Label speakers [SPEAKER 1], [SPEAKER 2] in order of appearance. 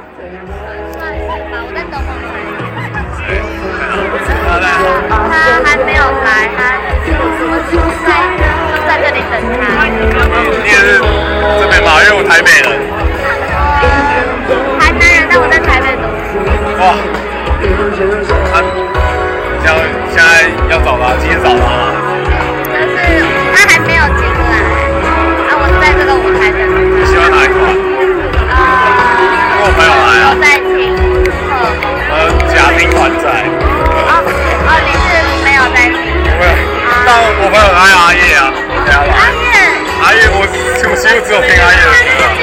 [SPEAKER 1] 吧，我在等我
[SPEAKER 2] 好了，
[SPEAKER 1] 他还没有来，他我只是在就在这里等他。
[SPEAKER 2] 你也是这边吧，因为我台北人。
[SPEAKER 1] 我台南人，但我在台北读书。
[SPEAKER 2] 哇，啊，要现在要找他，今天找他吗？
[SPEAKER 1] 但是他还没有进来，啊，我在这个舞台等
[SPEAKER 2] 你喜欢哪一款？
[SPEAKER 1] 他。啊，
[SPEAKER 2] 跟我朋友来啊
[SPEAKER 1] 我，在听课。
[SPEAKER 2] 呃，家庭团仔。
[SPEAKER 1] 哦哦，你是没有在听的。
[SPEAKER 2] 没有，但我朋友很爱阿叶啊，对啊。
[SPEAKER 1] 阿燕，
[SPEAKER 2] 阿叶，我我几乎只有听阿叶的歌啊。